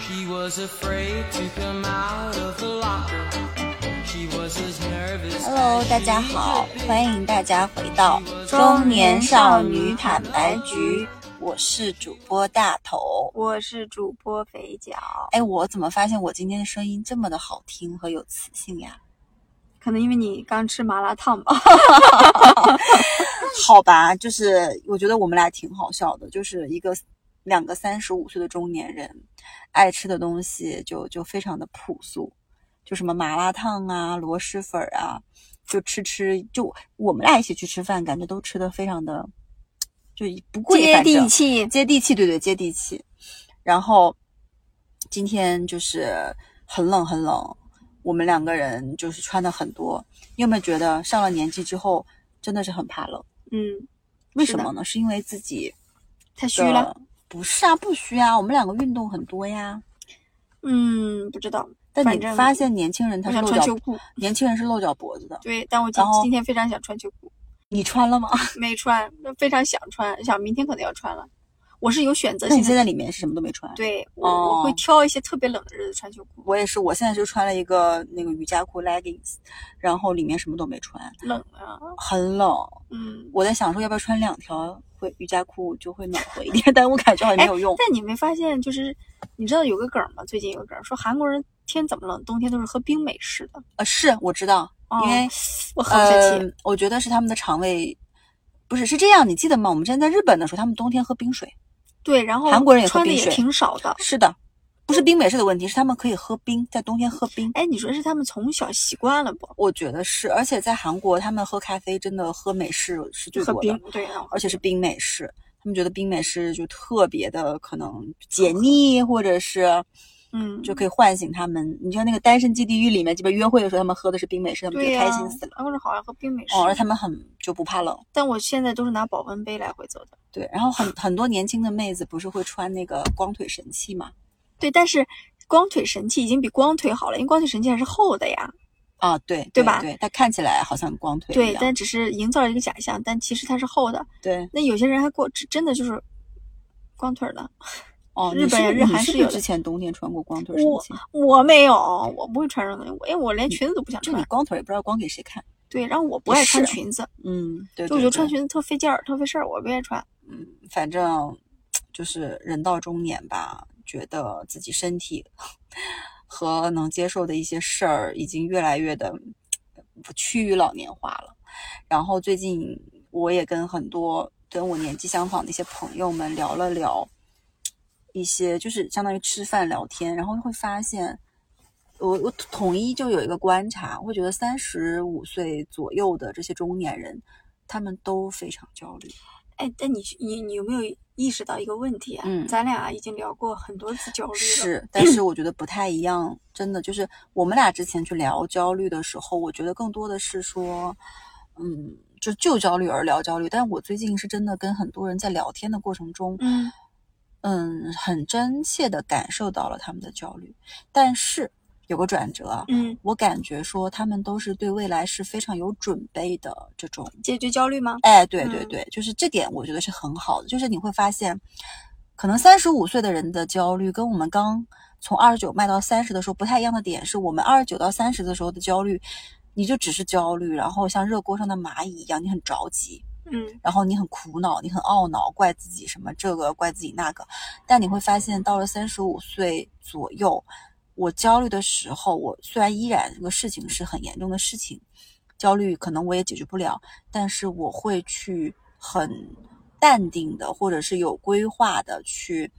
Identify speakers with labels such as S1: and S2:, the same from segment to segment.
S1: She was afraid to come out of the locker. She was as nervous.
S2: Hello，大家好，欢迎大家回到中年少女坦白局，我是主播大头。
S3: 我是主播肥脚，
S2: 哎，我怎么发现我今天的声音这么的好听和有磁性呀？
S3: 可能因为你刚吃麻辣烫吧。
S2: 好吧，就是我觉得我们俩挺好笑的，就是一个两个三十五岁的中年人，爱吃的东西就就非常的朴素，就什么麻辣烫啊、螺蛳粉儿啊，就吃吃就我们俩一起去吃饭，感觉都吃的非常的就不贵，
S3: 接
S2: 反正
S3: 地气，
S2: 接地气，对对，接地气。然后今天就是很冷很冷，我们两个人就是穿的很多。你有没有觉得上了年纪之后真的是很怕冷？
S3: 嗯，
S2: 为
S3: 是
S2: 什
S3: 的
S2: 么呢？是因为自 己
S3: 太虚
S2: 的
S3: 了。？
S2: 不是啊，不虚啊，我们两个运动很多呀。
S3: 嗯，不知道。
S2: 但
S3: 反
S2: 你
S3: 正
S2: 发现年轻人他
S3: 我
S2: 是
S3: 想
S2: 露
S3: 穿秋
S2: 脚，
S3: 裤，
S2: 年轻人是露脚脖子的。
S3: 对，但我今
S2: 然后
S3: 今天非常想穿秋裤，
S2: 你穿了吗？
S3: 没穿，非常想穿，想明天可能要穿了。我是有选择
S2: 那
S3: 性
S2: 你现
S3: 的，
S2: 在里面是什么都没穿？
S3: 对我、
S2: 哦
S3: 我会挑一些特别冷的日子穿秋裤，
S2: 我也是，我现在就穿了一个那个瑜伽裤 leggings，然后里面什么都没穿，
S3: 冷啊，
S2: 很冷。
S3: 嗯。
S2: 我在想说要不要穿两条会瑜伽裤就会暖和一点， 但我感觉好像没有用。
S3: 哎但你没发现，就是你知道有个梗吗？最近有个梗说韩国人天怎么冷，冬天都是喝冰美式的，
S2: 呃，是我知道，
S3: 哦
S2: 因为、
S3: 我很生气。
S2: 呃，我觉得是他们的肠胃不是是这样。你记得吗？我们之前在日本的时候，他们冬天喝冰水。
S3: 对，然后
S2: 韩国人也喝
S3: 穿的
S2: 冰
S3: 也
S2: 水
S3: 挺少的，
S2: 是的，不是冰美式的问题，是他们可以喝冰，在冬天喝冰。
S3: 哎，你说是他们从小习惯了不？
S2: 我觉得是，而且在韩国，他们喝咖啡真的喝美式是最
S3: 喝
S2: 多
S3: 冰嗯
S2: 的，
S3: 对，然后
S2: 而且是冰美式。他们觉得冰美式就特别的可能解腻，或者是
S3: 嗯，
S2: 就可以唤醒他们。你像那个《单身即地狱》里面，基本约会的时候，他们喝的是冰美式，他们
S3: 对
S2: 就
S3: 呀、
S2: 开心死了。
S3: 韩国人好像喝冰美式，
S2: 哦，而他们很就不怕冷。
S3: 但我现在都是拿保温杯来回走的。
S2: 对，然后很很多年轻的妹子不是会穿那个光腿神器嘛？
S3: 对，但是光腿神器已经比光腿好了，因为光腿神器还是厚的呀。
S2: 啊，对
S3: 对吧
S2: 对，但看起来好像光腿一
S3: 对，
S2: 样。
S3: 但只是营造一个假象，但其实它是厚的。
S2: 对，
S3: 那有些人还过真真的就是光腿儿的，
S2: 哦，
S3: 日
S2: 你是
S3: 本
S2: 不
S3: 呀
S2: 是
S3: 日
S2: 你
S3: 韩
S2: 是
S3: 是
S2: 不是
S3: 有的
S2: 之前冬天穿过光腿神
S3: 我
S2: 器？
S3: 我没有，我不会穿这种东西，我因为我连裙子都不想
S2: 嗯就你
S3: 穿。
S2: 光腿也不知道光给谁看。
S3: 对，然后我不
S2: 也
S3: 爱穿
S2: 是
S3: 裙子，
S2: 嗯，对，对
S3: 就我觉得穿
S2: 对
S3: 裙子特费劲儿，特费事儿，我不愿意穿。
S2: 嗯，反正就是人到中年吧，觉得自己身体和能接受的一些事儿已经越来越的趋于老年化了。然后最近我也跟很多跟我年纪相仿的一些朋友们聊了聊一些，就是相当于吃饭聊天，然后会发现。我我统一就有一个观察，我会觉得三十五岁左右的这些中年人，他们都非常焦虑。
S3: 哎，但你你你有没有意识到一个问题啊？
S2: 嗯
S3: 咱俩已经聊过很多次焦虑了，
S2: 是，但是我觉得不太一样，真的就是我们俩之前去聊焦虑的时候，我觉得更多的是说，嗯，就就焦虑而聊焦虑。但我最近是真的跟很多人在聊天的过程中，
S3: 嗯，
S2: 嗯，很真切的感受到了他们的焦虑，但是有个转折啊，
S3: 嗯，
S2: 我感觉说他们都是对未来是非常有准备的这种
S3: 解决焦虑吗？
S2: 哎，对对
S3: 嗯
S2: 对，就是这点，我觉得是很好的。就是你会发现，可能三十五岁的人的焦虑，跟我们刚从二十九迈到三十的时候不太一样的点，是我们二十九到三十的时候的焦虑，你就只是焦虑，然后像热锅上的蚂蚁一样，你很着急，
S3: 嗯，
S2: 然后你很苦恼，你很懊恼，怪自己什么这个，怪自己那个。但你会发现，到了三十五岁左右，我焦虑的时候，我虽然依然这个事情是很严重的事情，焦虑可能我也解决不了，但是我会去很淡定的，或者是有规划的去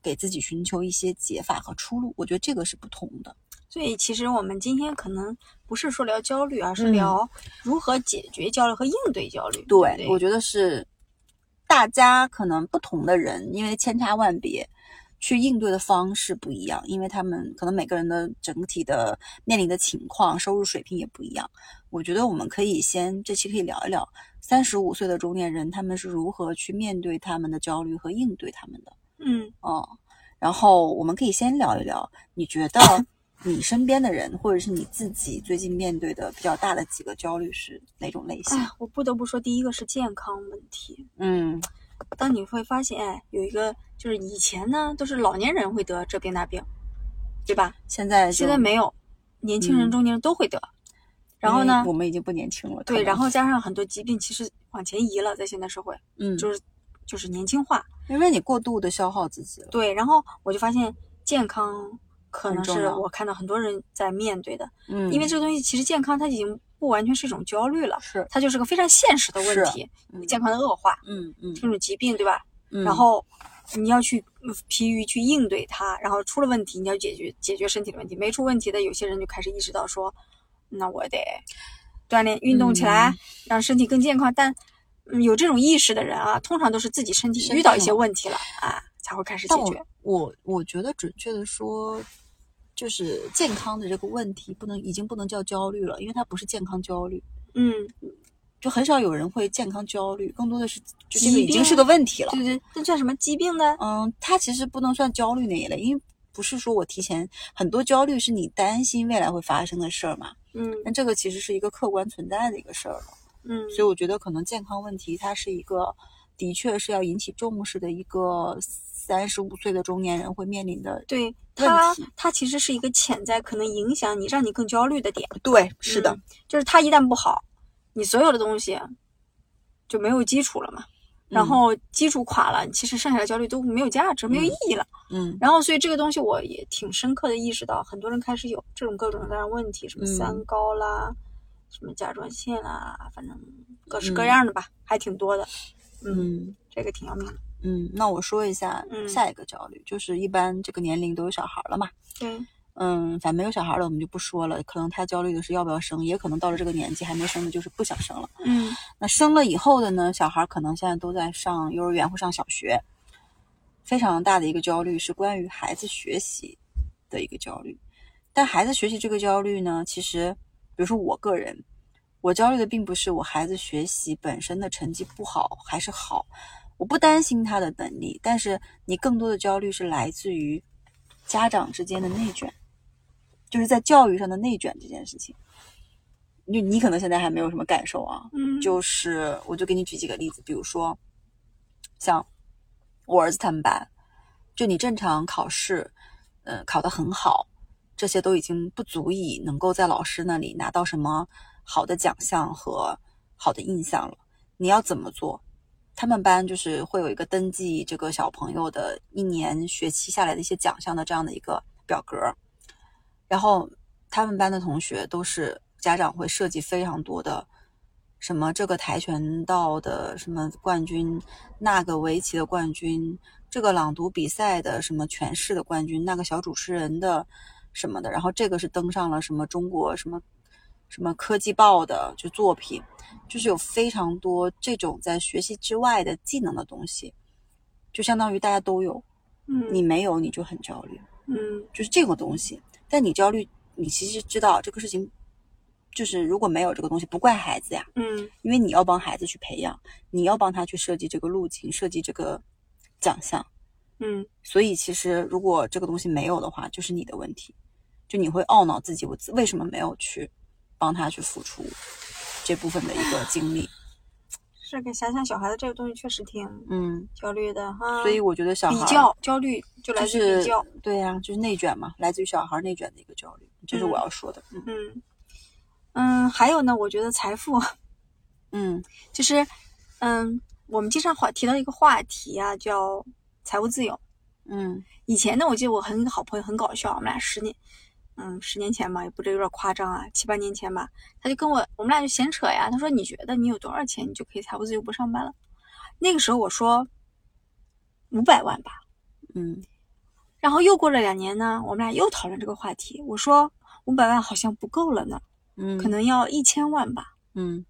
S2: 给自己寻求一些解法和出路。我觉得这个是不同的。
S3: 所以其实我们今天可能不是说聊焦虑，而是
S2: 嗯
S3: 聊如何解决焦虑和应对焦虑。
S2: 对，
S3: 对
S2: 我觉得是大家可能不同的人，因为千差万别，去应对的方式不一样，因为他们可能每个人的整体的面临的情况、收入水平也不一样。我觉得我们可以先这期可以聊一聊三十五岁的中年人他们是如何去面对他们的焦虑和应对他们的。
S3: 嗯，
S2: 哦，然后我们可以先聊一聊，你觉得你身边的人或者是你自己最近面对的比较大的几个焦虑是哪种类型？
S3: 哎，我不得不说，第一个是健康问题。
S2: 嗯，
S3: 当你会发现，哎，有一个就是以前呢都是老年人会得这病那病，对吧？
S2: 现在就
S3: 现在没有，年轻人、
S2: 嗯
S3: 中年人都会得。然后
S2: 因为
S3: 呢
S2: 我，们已经不年轻了。可
S3: 对，
S2: 能
S3: 然后加上很多疾病，其实往前移了，在现代社会，
S2: 嗯，
S3: 就是就是年轻化。
S2: 因为你过度的消耗自己了。
S3: 对，然后我就发现健康可
S2: 很
S3: 能
S2: 重
S3: 是
S2: 要
S3: 我看到很多人在面对的，
S2: 嗯，
S3: 因为这个东西其实健康它已经不完全是一种焦虑了，
S2: 是
S3: 它就是个非常现实的
S2: 是
S3: 问题，
S2: 嗯
S3: 健康的恶化，
S2: 嗯嗯
S3: 这种疾病对吧？
S2: 嗯，
S3: 然后你要去嗯疲于去应对它，然后出了问题你要解决解决身体的问题，没出问题的有些人就开始意识到说，嗯那我得锻炼运动起来，
S2: 嗯
S3: 让身体更健康。但嗯有这种意识的人啊，通常都是自己身体
S2: 生
S3: 遇到一
S2: 病
S3: 些
S2: 了
S3: 问题了啊，才会开始解
S2: 但我
S3: 决。
S2: 我我觉得准确的说，就是健康的这个问题不能已经不能叫焦虑了，因为它不是健康焦虑，
S3: 嗯，
S2: 就很少有人会健康焦虑，更多的是就这
S3: 疾
S2: 个已经
S3: 病
S2: 是个问题了。
S3: 对对，这算什么疾病呢？
S2: 嗯，它其实不能算焦虑那一类，因为不是说我提前很多焦虑是你担心未来会发生的事儿嘛，
S3: 嗯
S2: 但这个其实是一个客观存在的一个事儿了。
S3: 嗯，
S2: 所以我觉得可能健康问题它是一个，的确是要引起重视的一个三十五岁的中年人会面临的。
S3: 对
S2: 问
S3: 它
S2: 题，
S3: 它其实是一个潜在可能影响你、让你更焦虑的点。
S2: 对，是的，
S3: 嗯就是它一旦不好，你所有的东西就没有基础了嘛。然
S2: 嗯
S3: 后基础垮了，其实剩下的焦虑都没有价值、没有
S2: 嗯
S3: 意义了。
S2: 嗯
S3: 然后，所以这个东西我也挺深刻的意识到，很多人开始有这种各种各样的问题，什么
S2: 嗯
S3: 三高啦，什么甲状腺啦，反正各式各
S2: 嗯
S3: 样的吧，还挺多的。嗯，
S2: 嗯
S3: 这个挺要命的。
S2: 嗯。那我说一下
S3: 嗯
S2: 下一个焦虑，就是一般这个年龄都有小孩了嘛，
S3: 对，
S2: 嗯，反正没有小孩的我们就不说了，可能他焦虑的是要不要生，也可能到了这个年纪还没生的就是不想生了。
S3: 嗯
S2: 那生了以后的呢，小孩可能现在都在上幼儿园或上小学，非常大的一个焦虑是关于孩子学习的一个焦虑。但孩子学习这个焦虑呢，其实，比如说我个人，我焦虑的并不是我孩子学习本身的成绩不好还是好，我不担心他的能力，但是你更多的焦虑是来自于家长之间的内卷，就是在教育上的内卷这件事情。就你可能现在还没有什么感受啊，
S3: 嗯，
S2: 就是我就给你举几个例子，比如说像我儿子他们班，就你正常考试，呃，考得很好，这些都已经不足以能够在老师那里拿到什么好的奖项和好的印象了。你要怎么做？他们班就是会有一个登记这个小朋友的一年学期下来的一些奖项的这样的一个表格儿，然后他们班的同学都是家长会设计非常多的什么这个跆拳道的什么冠军，那个围棋的冠军，这个朗读比赛的什么全市的冠军，那个小主持人的什么的，然后这个是登上了什么中国什么什么科技报的就作品，就是有非常多这种在学习之外的技能的东西，就相当于大家都有，
S3: 嗯
S2: 你没有你就很焦虑。
S3: 嗯
S2: 就是这个东西。但你焦虑，你其实知道这个事情，就是如果没有这个东西，不怪孩子呀，
S3: 嗯
S2: 因为你要帮孩子去培养，你要帮他去设计这个路径，设计这个奖项。
S3: 嗯
S2: 所以其实如果这个东西没有的话，就是你的问题，就你会懊恼自己，我自为什么没有去帮他去付出这部分的一个精力。
S3: 是给想想小孩子这个东西确实挺
S2: 嗯，
S3: 焦虑的哈。
S2: 所以我觉得小孩
S3: 比
S2: 儿
S3: 较焦虑就来
S2: 就
S3: 自于
S2: 是
S3: 比较，
S2: 对呀、就是内卷嘛，来自于小孩内卷的一个焦虑，这是我
S3: 嗯
S2: 要说的。嗯
S3: 嗯嗯，还有呢，我觉得财富
S2: 嗯
S3: 就是，嗯，我们经常话提到一个话题啊，叫财务自由。
S2: 嗯
S3: 以前呢，我记得我很一个好朋友很搞笑，我们俩十年，嗯，十年前吧，也不是有点夸张啊，七八年前吧，他就跟我我们俩就闲扯呀，他说你觉得你有多少钱你就可以财务自由不上班了？那个时候我说五百万吧。
S2: 嗯
S3: 然后又过了两年呢，我们俩又讨论这个话题。我说五百万好像不够了呢，
S2: 嗯，
S3: 可能要一千万吧。
S2: 嗯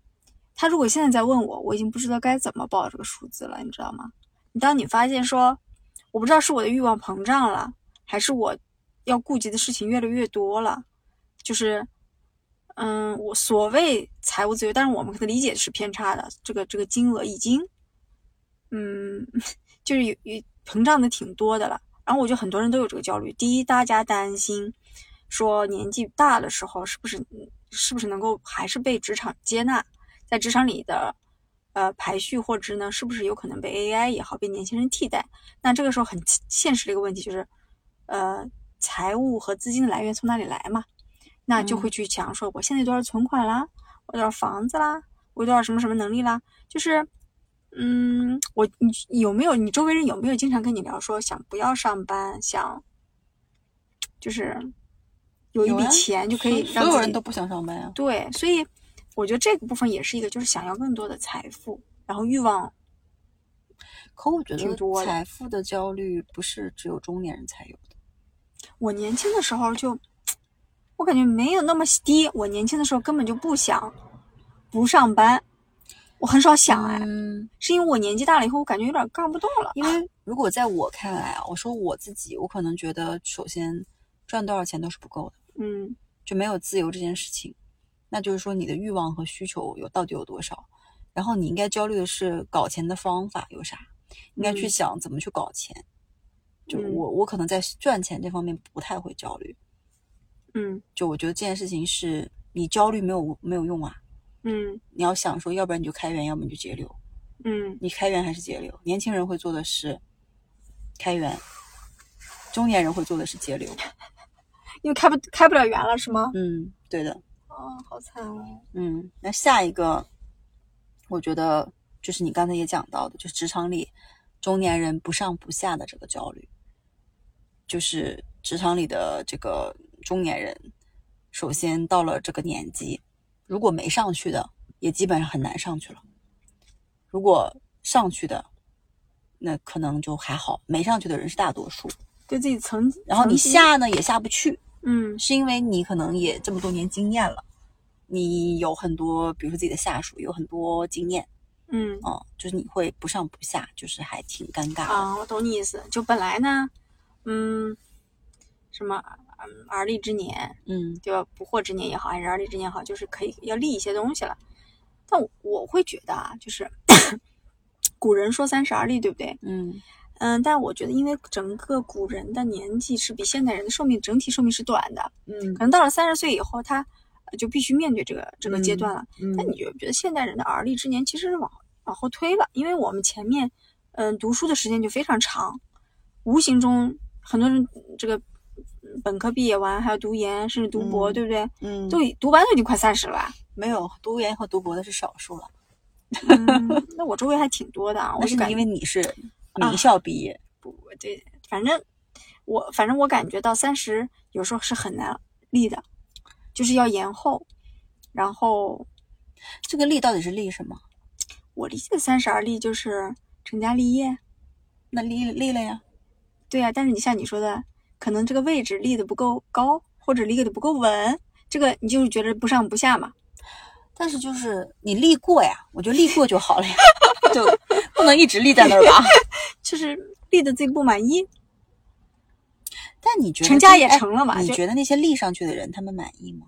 S3: 他如果现在再问我，我已经不知道该怎么报这个数字了，你知道吗？你当你发现说，我不知道是我的欲望膨胀了，还是我要顾及的事情越来越多了，就是，嗯，我所谓财务自由，但是我们可能理解是偏差的，这个这个金额已经，嗯， 就是有有膨胀的挺多的了。然后我觉得很多人都有这个焦虑，第一，大家担心说年纪大的时候是不是是不是能够还是被职场接纳，在职场里的呃排序或值呢，是不是有可能被 AI 也好被年轻人替代？那这个时候很现实的一个问题就是，呃，财务和资金的来源从哪里来嘛，那就会去想说，我现在有多少存款啦，我有多少房子啦，我有多少什么什么能力啦，就是，嗯，我你有没有你周围人有没有经常跟你聊说想不要上班，想就是有一
S2: 有
S3: 笔
S2: 啊
S3: 钱就可以
S2: 所
S3: 让
S2: 有
S3: 自
S2: 人
S3: 己
S2: 都不想上班啊呀、
S3: 对，所以我觉得这个部分也是一个，就是想要更多的财富，然后欲望，
S2: 可我觉
S3: 挺多
S2: 得
S3: 的
S2: 财富的焦虑不是只有中年人才有的。
S3: 我年轻的时候就，我感觉没有那么低。我年轻的时候根本就不想不上班，我很少想哎，
S2: 嗯，
S3: 是因为我年纪大了以后，我感觉有点干不动了。
S2: 因为如果在我看来啊，我说我自己，我可能觉得首先赚多少钱都是不够的，
S3: 嗯
S2: 就没有自由这件事情。那就是说你的欲望和需求有到底有多少，然后你应该焦虑的是搞钱的方法有啥，应该去
S3: 嗯
S2: 想怎么去搞钱。就
S3: 嗯
S2: 我我可能在赚钱这方面不太会焦虑，
S3: 嗯
S2: 就我觉得这件事情是你焦虑没有没有用啊，
S3: 嗯
S2: 你要想说，要不然你就开源，要不然你就节流。
S3: 嗯
S2: 你开源还是节流？年轻人会做的是开源，中年人会做的是节流。
S3: 因为开不开不了源了是吗？
S2: 嗯，对的，
S3: 哦，好惨哦。
S2: 嗯。那下一个，我觉得就是你刚才也讲到的，就是职场里中年人不上不下的这个焦虑，就是职场里的这个中年人，首先到了这个年纪，如果没上去的，也基本上很难上去了；如果上去的，那可能就还好，没上去的人是大多数。
S3: 对自己曾，
S2: 然后你
S3: 曾经，
S2: 下呢也下不去，
S3: 嗯
S2: 是因为你可能也这么多年经验了，你有很多，比如说自己的下属有很多经验，
S3: 嗯
S2: 嗯，就是你会不上不下，就是还挺尴尬的。
S3: 啊，我懂你意思。就本来呢，嗯，什么嗯而立之年，
S2: 嗯
S3: 对吧？不惑之年也好，还是而立之年也好，就是可以要立一些东西了。但我我会觉得啊，就是 古人说三十而立，对不对？
S2: 嗯
S3: 嗯，但我觉得，因为整个古人的年纪是比现代人的寿命整体寿命是短的，
S2: 嗯
S3: 可能到了三十岁以后，他呃就必须面对这个这个阶
S2: 嗯
S3: 段了。那你觉不觉得现代人的而立之年其实是往往后推了？因为我们前面嗯读书的时间就非常长，无形中很多人这个嗯本科毕业完还要读研，甚至读博，
S2: 嗯
S3: 对不对？
S2: 嗯
S3: 都已读完都已经快三十了。
S2: 没有读研和读博的是少数了，
S3: 嗯， 那我周围还挺多的啊，我
S2: 那
S3: 就是感
S2: 因
S3: 觉
S2: 为你是
S3: 啊
S2: 名校毕业，
S3: 不对，反正我反正我感觉到三十有时候是很难立的，就是要延后。然后
S2: 这个立到底是立什么？
S3: 我理解的三十而立就是成家立业，
S2: 那立立了呀，
S3: 对呀、但是你像你说的，可能这个位置立的不够高，或者立的不够稳，这个你就是觉得不上不下嘛。
S2: 但是就是你立过呀，我觉得立过就好了呀， 就不能一直立在那儿 吧。
S3: 就是立的自己不满意，
S2: 但你觉得
S3: 成家
S2: 这
S3: 也
S2: 哎
S3: 成了嘛
S2: 你
S3: 就
S2: 觉得那些立上去的人，他们满意吗？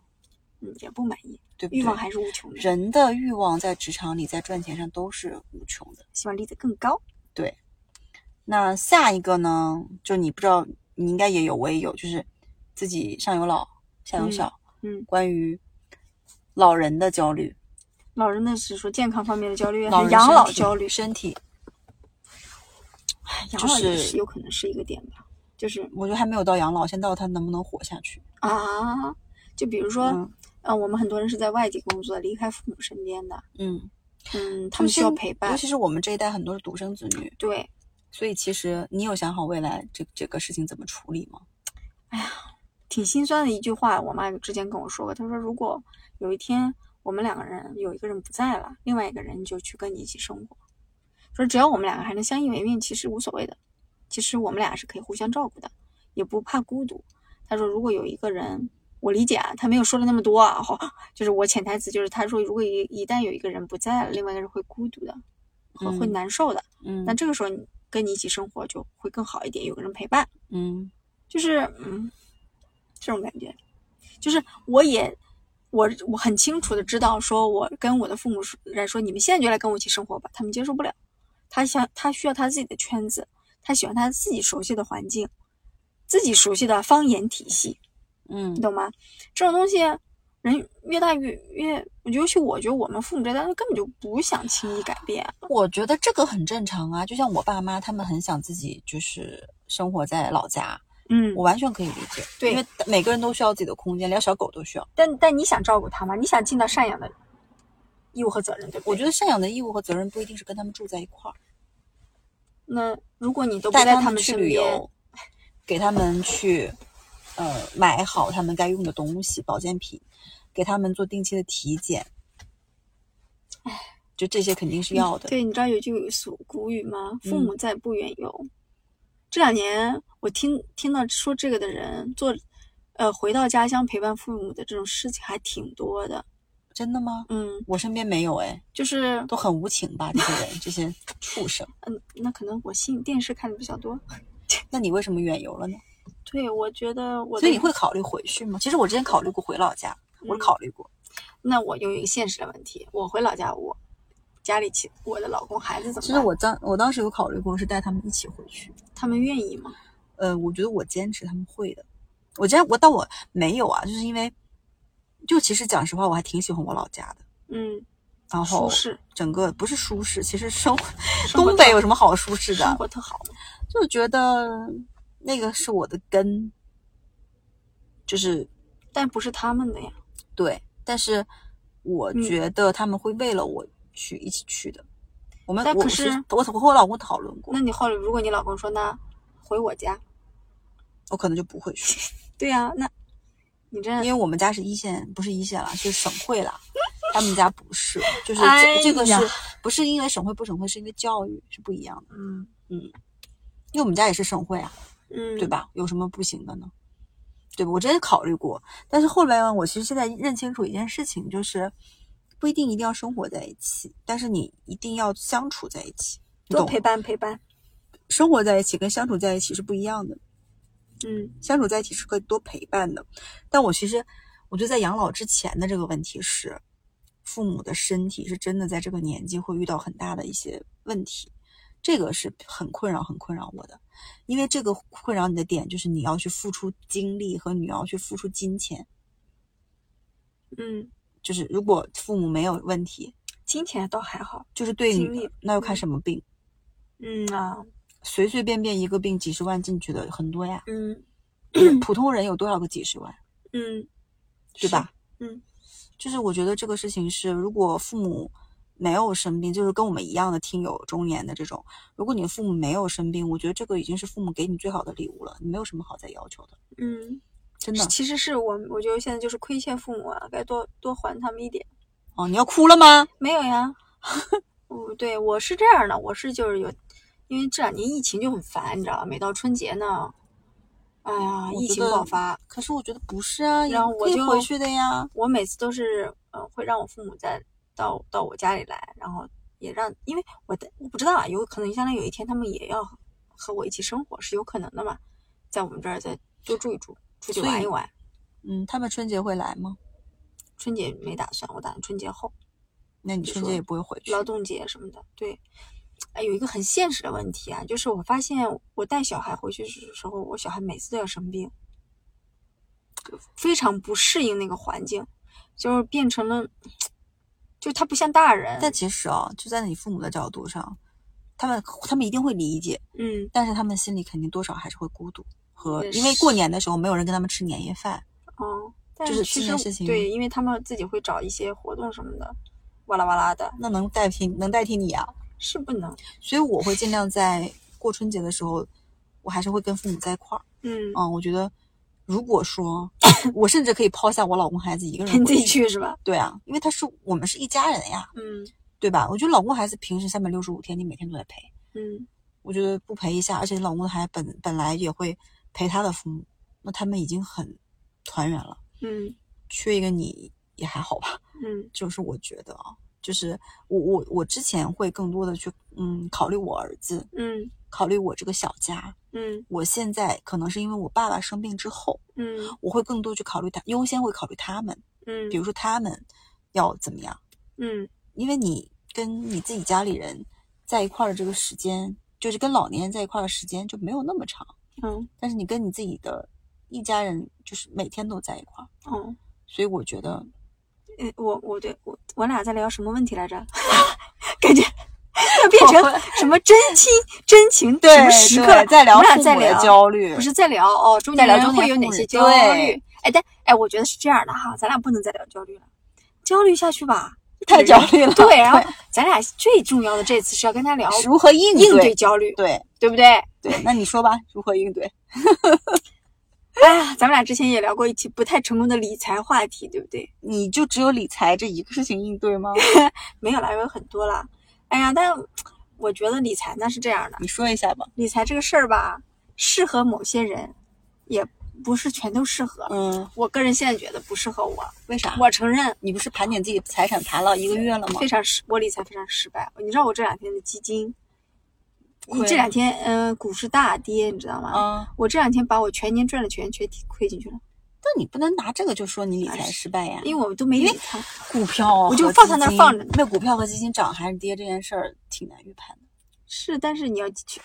S3: 嗯，也不满意，
S2: 对不对？
S3: 欲望还是无穷的，
S2: 人的欲望在职场里，在赚钱上都是无穷的。
S3: 希望立得更高。
S2: 那下一个呢？就你不知道，你应该也有，我也有，就是自己上有老，下有小。
S3: 嗯嗯
S2: 关于老人的焦虑，
S3: 老人的是说健康方面的焦虑，
S2: 老人
S3: 养
S2: 身
S3: 老
S2: 体
S3: 焦虑，
S2: 身体，
S3: 养
S2: 就
S3: 老也
S2: 是
S3: 是有可能是一个点吧。就是
S2: 我觉得还没有到养老，先到他能不能活下去。
S3: 啊，就比如说，
S2: 嗯
S3: 呃，我们很多人是在外地工作，离开父母身边的，
S2: 嗯，
S3: 嗯，他们需要
S2: 现
S3: 陪
S2: 尤
S3: 伴，
S2: 其是我们这一代很多是独生子女，
S3: 对，
S2: 所以其实你有想好未来这这个事情怎么处理吗？
S3: 挺心酸的一句话。我妈之前跟我说过，她说如果有一天我们两个人有一个人不在了，另外一个人就去跟你一起生活，说只要我们两个还能相依为命，其实无所谓的，其实我们俩是可以互相照顾的，也不怕孤独。她说如果有一个人。我理解啊，她没有说的那么多啊， 就是我潜台词就是她说，如果一一旦有一个人不在了，另外一个人会孤独的，会会
S2: 嗯
S3: 难受的。
S2: 嗯
S3: 那这个时候你跟你一起生活就会更好一点，有个人陪伴，
S2: 嗯
S3: 就是嗯，这种感觉，就是我也我我很清楚的知道，说我跟我的父母说来说，你们现在就来跟我一起生活吧，他们接受不了，他想他需要他自己的圈子，他喜欢他自己熟悉的环境，自己熟悉的方言体系，
S2: 嗯
S3: 你懂吗？这种东西。人越大越越，尤其我觉得我们父母这代人根本就不想轻易改变。
S2: 我觉啊得这个很正常啊，就像我爸妈，他们很想自己就是生活在老家，
S3: 嗯
S2: 我，完全可以理解。
S3: 对
S2: 因为每个人都需要自己的空间，连小狗都需要。
S3: 但但你想照顾它吗？你想尽到赡养的义务和责任，对不对？
S2: 我觉得赡养的义务和责任不一定是跟他们住在一块儿，
S3: 那如果你都不
S2: 带
S3: 在
S2: 他
S3: 们
S2: 去
S3: 身
S2: 旅
S3: 边，
S2: 游，给他们去呃买好他们该用的东西、保健品，给他们做定期的体检，就这些肯定是要的。
S3: 嗯对，你知道有句俗古语吗？父
S2: 嗯
S3: 母在，不远游。这两年我听听到说这个的人做，呃，回到家乡陪伴父母的这种事情还挺多的。
S2: 真的吗？
S3: 嗯，
S2: 我身边没有哎，
S3: 就是
S2: 都很无情吧？这些人，这些畜生。
S3: 嗯，那可能我信电视看的比较多。
S2: 那你为什么远游了呢？
S3: 对，我觉得我
S2: 所以
S3: 的
S2: 你会考虑回去吗？其实我之前考虑过回老家，我
S3: 嗯
S2: 考虑过。
S3: 那我有一个现实的问题，我回老家我家里其我的老公孩子怎么
S2: 其实
S3: 办
S2: 我当我当时有考虑过是带他们一起回去，
S3: 他们愿意吗？
S2: 呃，我觉得我坚持他们会的。我之前我但我没有啊，就是因为，就其实讲实话，我还挺喜欢我老家的。
S3: 嗯，
S2: 然
S3: 舒
S2: 后
S3: 适，
S2: 整个不是舒适，其实生活
S3: 生活
S2: 东北有什么好舒适
S3: 生
S2: 的？
S3: 活特好嘛。
S2: 就觉得那个是我的根，就是
S3: 但不是他们的呀。
S2: 对，但是我
S3: 嗯
S2: 觉得他们会为了我去一起去的。我们
S3: 但
S2: 我
S3: 可
S2: 其实
S3: 是
S2: 我我和我老公讨论过
S3: 那，你后来如果你老公说那回 我家，
S2: 我可能就不会去，
S3: 对
S2: 啊
S3: 呀、那你这
S2: 因为我们家是一线，不是一线啦，是省会啦。他们家不是，就是这,、
S3: 哎
S2: 这个是
S3: 呀
S2: 不是因为省会不省会，是因为教育是不一样的。
S3: 嗯
S2: 因为我们家也是省会啊，
S3: 嗯
S2: 对？吧？有什么不行的呢？对吧？我之前考虑过，但是后来我其实现在认清楚一件事情，就是不一定一定要生活在一起，但是你一定要相处在一起，你
S3: 多
S2: 懂吗
S3: 陪伴陪伴。
S2: 生活在一起跟相处在一起是不一样的，
S3: 嗯
S2: 相处在一起是可以多陪伴的。但我其实，我觉得在养老之前的这个问题是，父母的身体是真的在这个年纪会遇到很大的一些问题，这个是很困扰、很困扰我的。因为这个困扰你的点就是你要去付出精力和你要去付出金钱，
S3: 嗯，
S2: 就是如果父母没有问题，
S3: 金钱倒还好。
S2: 就是对
S3: 精
S2: 你
S3: 力
S2: 那要看
S3: 嗯
S2: 什么病，
S3: 嗯啊，
S2: 随随便便一个病几十万进去的很多 呀，
S3: 嗯
S2: 普通人有多少个几十万？
S3: 嗯，
S2: 对吧？
S3: 嗯，
S2: 就是我觉得这个事情是，如果父母没有生病，就是跟我们一样的听友中年的这种，如果你父母没有生病，我觉得这个已经是父母给你最好的礼物了，你没有什么好再要求的，
S3: 是？嗯，
S2: 真的。
S3: 其实是我，我觉得现在就是亏欠父母啊，该多多还他们一点。
S2: 哦，你要哭了吗？
S3: 没有呀， 嗯，对，我是这样的，我是就是有，因为这两年疫情就很烦，你知道吧？每到春节呢，哎呀，
S2: 我
S3: 疫
S2: 觉
S3: 情
S2: 得
S3: 爆发，
S2: 可是我觉得不是啊，
S3: 然后
S2: 也
S3: 我
S2: 可以
S3: 就
S2: 回去的呀。
S3: 我每次都是，嗯、会让我父母在到到我家里来，然后也让，因为我的我不知道啊，有可能将来有一天他们也要和我一起生活，是有可能的嘛，在我们这儿再多住一住，出去
S2: 所以
S3: 玩一玩。
S2: 嗯，他们春节会来吗？
S3: 春节没打算，我打算春节后。
S2: 那你
S3: 就
S2: 春节
S3: 说
S2: 也不会回去。
S3: 劳动节什么的。对，哎，有一个很现实的问题啊，就是我发现我带小孩回去的时候，我小孩每次都要生病，就非常不适应那个环境，就是变成了，就他不像大人。
S2: 但其实啊，就在你父母的角度上，他们他们一定会理解，
S3: 嗯
S2: 但是他们心里肯定多少还是会孤独和，
S3: 也
S2: 因为过年的时候没有人跟他们吃年夜饭。
S3: 哦，但
S2: 就是这
S3: 其实
S2: 件事情
S3: 对，因为他们自己会找一些活动什么的，哇啦哇啦的，
S2: 那能代替能代替你啊，
S3: 是不能。
S2: 所以我会尽量在过春节的时候，我还是会跟父母在一块儿。
S3: 嗯，
S2: 嗯，我觉得如果说 我甚至可以抛下我老公孩子一个人
S3: 你自
S2: 回
S3: 己
S2: 去，
S3: 去是吧？
S2: 对啊，因为他是我们是一家人呀，
S3: 嗯
S2: 对吧？我觉得老公孩子平时三百六十五天你每天都在陪，
S3: 嗯
S2: 我觉得不陪一下，而且老公还本本来也会陪他的父母，那他们已经很团圆了，
S3: 嗯
S2: 缺一个你也还好吧。
S3: 嗯
S2: 就是我觉得啊，就是我我我之前会更多的去嗯考虑我儿子，
S3: 嗯
S2: 考虑我这个小家。
S3: 嗯
S2: 我现在可能是因为我爸爸生病之后，
S3: 嗯
S2: 我会更多去考虑他，优先会考虑他们，
S3: 嗯，
S2: 比如说他们要怎么样，
S3: 嗯
S2: 因为你跟你自己家里人在一块儿的这个时间，就是跟老年人在一块儿的时间就没有那么长，
S3: 嗯
S2: 但是你跟你自己的一家人就是每天都在一块儿，
S3: 嗯。
S2: 所以我觉得
S3: 呃 诶，我我对我我俩在聊什么问题来着？感觉要 变 成什么真亲真情，
S2: 哦对
S3: 什么时刻
S2: 对再聊
S3: 我们俩
S2: 父
S3: 再
S2: 母的
S3: 聊
S2: 焦虑
S3: 不，是在聊哦，中年
S2: 在聊
S3: 人
S2: 中
S3: 会
S2: 年
S3: 有
S2: 妇
S3: 哪
S2: 女
S3: 些焦
S2: 对
S3: 虑？哎，但哎，我觉得是这样的哈，咱俩不能再聊焦虑了，焦虑下去吧，
S2: 太焦虑了。
S3: 对，然后咱俩最重要的这次是要跟他聊
S2: 如何应
S3: 应对
S2: 对
S3: 焦虑，
S2: 对
S3: 对不对？
S2: 对，那你说吧，如何应对？
S3: 哎呀，咱们俩之前也聊过一期不太成功的理财话题，对不对？
S2: 你就只有理财这一个事情应对吗？
S3: 没有啦，有很多啦。哎呀，但我觉得理财呢是这样的，
S2: 你说一下吧。
S3: 理财这个事儿吧，适合某些人，也不是全都适合。
S2: 嗯，
S3: 我个人现在觉得不适合我，
S2: 为啥？
S3: 我承认
S2: 你不是盘点自己财产盘了一个月了吗
S3: 非？常失，我理财非常失败。你知道我这两天的基金，
S2: 亏了
S3: 这两天嗯、呃股市大跌，你知道吗？
S2: 啊，
S3: 我这两天把我全年赚的钱全亏进去了，
S2: 那你不能拿这个就说你理财失败呀。
S3: 因为我都没
S2: 因为
S3: 理它。
S2: 股票我
S3: 就放在那儿放着呢
S2: 那股票和基金涨还是跌这件事儿挺难预判的。
S3: 是，但是你要去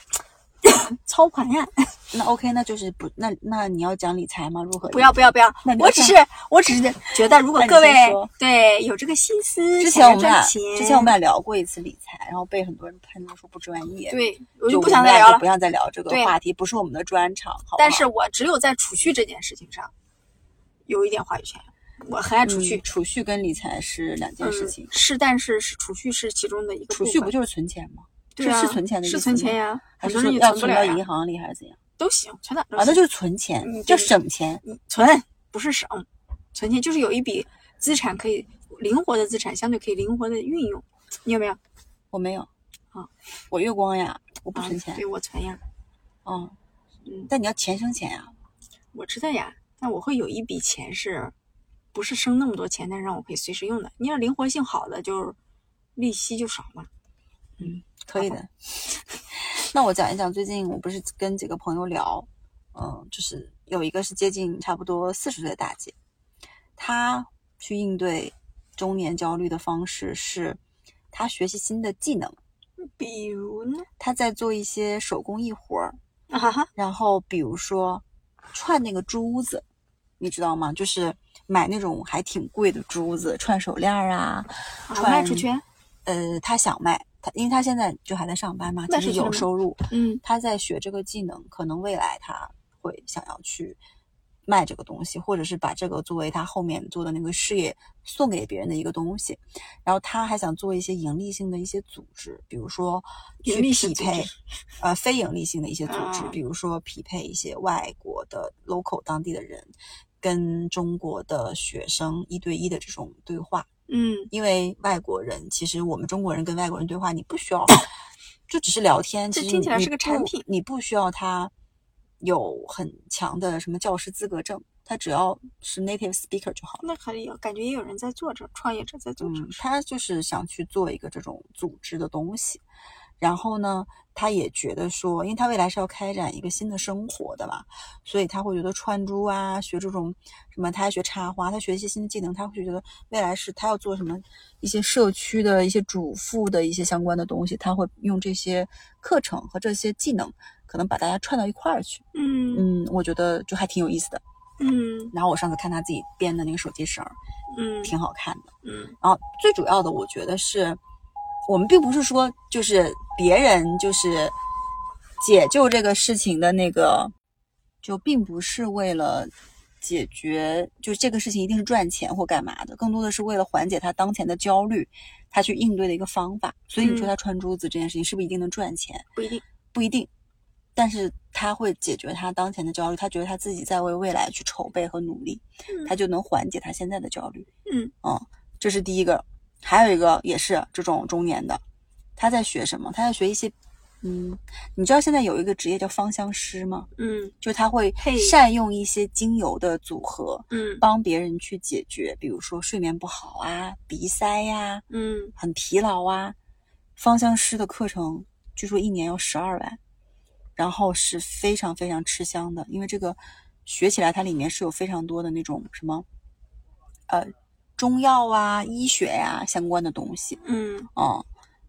S3: 操盘呀！
S2: 那 OK，那就是不那那你要讲理财吗？如何？
S3: 不要不要不要
S2: 那，你
S3: 我
S2: 要
S3: 只
S2: 看
S3: 是我只是觉得，如果
S2: 那你
S3: 各位
S2: 先说
S3: 对有这个心思，
S2: 之
S3: 想
S2: 前
S3: 要
S2: 我们
S3: 赚
S2: 俩
S3: 钱
S2: 之前我们俩聊过一次理财，然后被很多人喷说不专业。。
S3: 对我
S2: 我
S3: 就不
S2: 们
S3: 想再
S2: 俩
S3: 聊
S2: 就
S3: 了
S2: 不。想再聊这个
S3: 对
S2: 话题，不是我们的专长，好不好
S3: 但是我只有在储蓄这件事情上有一点话语权，我很爱储蓄
S2: 嗯。储蓄跟理财是两件事情
S3: 嗯、。是，但是是储蓄是其中的一个
S2: 储
S3: 部
S2: 蓄不
S3: 分
S2: 就是存钱吗？
S3: 对
S2: 是
S3: 啊
S2: 是存钱的意思
S3: 是
S2: 吗
S3: 存钱呀，
S2: 还
S3: 很
S2: 是
S3: 多人
S2: 说
S3: 也
S2: 要
S3: 存不
S2: 存
S3: 了
S2: 到
S3: 呀
S2: 银行里还是怎样？
S3: 都行，存哪儿都
S2: 啊，那
S3: 行
S2: 就是存钱
S3: 嗯，
S2: 叫
S3: 对
S2: 省钱。
S3: 你存，不是省，存钱就是有一笔资产可以灵活的资产，相对可以灵活的运用。你有没有？
S2: 我没有
S3: 啊，
S2: 我月光呀，我不存
S3: 啊
S2: 钱
S3: 对我存呀，
S2: 啊
S3: 嗯。
S2: 但你要钱生钱呀，
S3: 我知道呀，但我会有一笔钱是，不是生那么多钱，但是让我可以随时用的。你要灵活性好的，就是利息就少嘛。
S2: 可以的。 那我讲一讲最近我不是跟几个朋友聊，嗯，就是有一个是接近差不多四十岁的大姐，她去应对中年焦虑的方式是，她学习新的技能，
S3: 比如呢？
S2: 她在做一些手工艺活儿，
S3: 啊哈哈，
S2: 然后比如说串那个珠子，你知道吗？就是买那种还挺贵的珠子，串手链儿啊，
S3: 啊，
S2: 穿
S3: 卖出去，
S2: 呃，他想卖，他因为他现在就还在上班嘛，
S3: 那
S2: 其实
S3: 是真的
S2: 有
S3: 吗
S2: 收入，
S3: 嗯，
S2: 他在学这个技能，可能未来他会想要去卖这个东西，或者是把这个作为他后面做的那个事业送给别人的一个东西。然后他还想做一些盈利性的一些组织，比如说去
S3: 盈利性
S2: 匹
S3: 组
S2: 配
S3: 织，
S2: 呃，非盈利性的一些组织，
S3: 啊
S2: 比如说匹配一些外国的 local 当地的人。跟中国的学生一对一的这种对话，
S3: 嗯，
S2: 因为外国人，其实我们中国人跟外国人对话，你不需 要，就只是聊天。
S3: 这
S2: 其实
S3: 听起来
S2: 你
S3: 是个
S2: 你不
S3: 产品
S2: 你不需要他有很强的什么教师资格证，他只要是 native speaker 就好了。
S3: 那可以，感觉也有人在做这，创业者在做这
S2: 嗯，，他就是想去做一个这种组织的东西，然后呢，他也觉得说，因为他未来是要开展一个新的生活的嘛，所以他会觉得串珠啊，学这种什么，他还学插花，他学一些新的技能，他会觉得未来是他要做什么一些社区的一些主妇的一些相关的东西，他会用这些课程和这些技能，可能把大家串到一块儿去。
S3: 嗯
S2: 嗯，我觉得就还挺有意思的。
S3: 嗯
S2: 然后我上次看他自己编的那个手机绳儿，
S3: 嗯
S2: 挺好看的。
S3: 嗯，
S2: 然后啊最主要的，我觉得是我们并不是说就是别人就是解救这个事情的那个，就并不是为了解决，就这个事情一定是赚钱或干嘛的，更多的是为了缓解他当前的焦虑，他去应对的一个方法。所以你说
S3: 嗯
S2: 他穿珠子这件事情是不是一定能赚钱？
S3: 不一定，
S2: 不一定，但是他会解决他当前的焦虑，他觉得他自己在为未来去筹备和努力，
S3: 嗯
S2: 他就能缓解他现在的焦虑。
S3: 嗯
S2: 这是第一个，还有一个也是这种中年的，他在学什么？他在学一些，嗯，你知道现在有一个职业叫芳香师吗？
S3: 嗯
S2: 就他会
S3: 嘿
S2: 善用一些精油的组合，
S3: 嗯
S2: 帮别人去解决，比如说睡眠不好啊、鼻塞呀、
S3: 嗯，
S2: 很疲劳啊。芳香师的课程据说一年要十二万，然后是非常非常吃香的，因为这个学起来它里面是有非常多的那种什么，呃，中药啊、医学呀、相关的东西
S3: 嗯
S2: 嗯。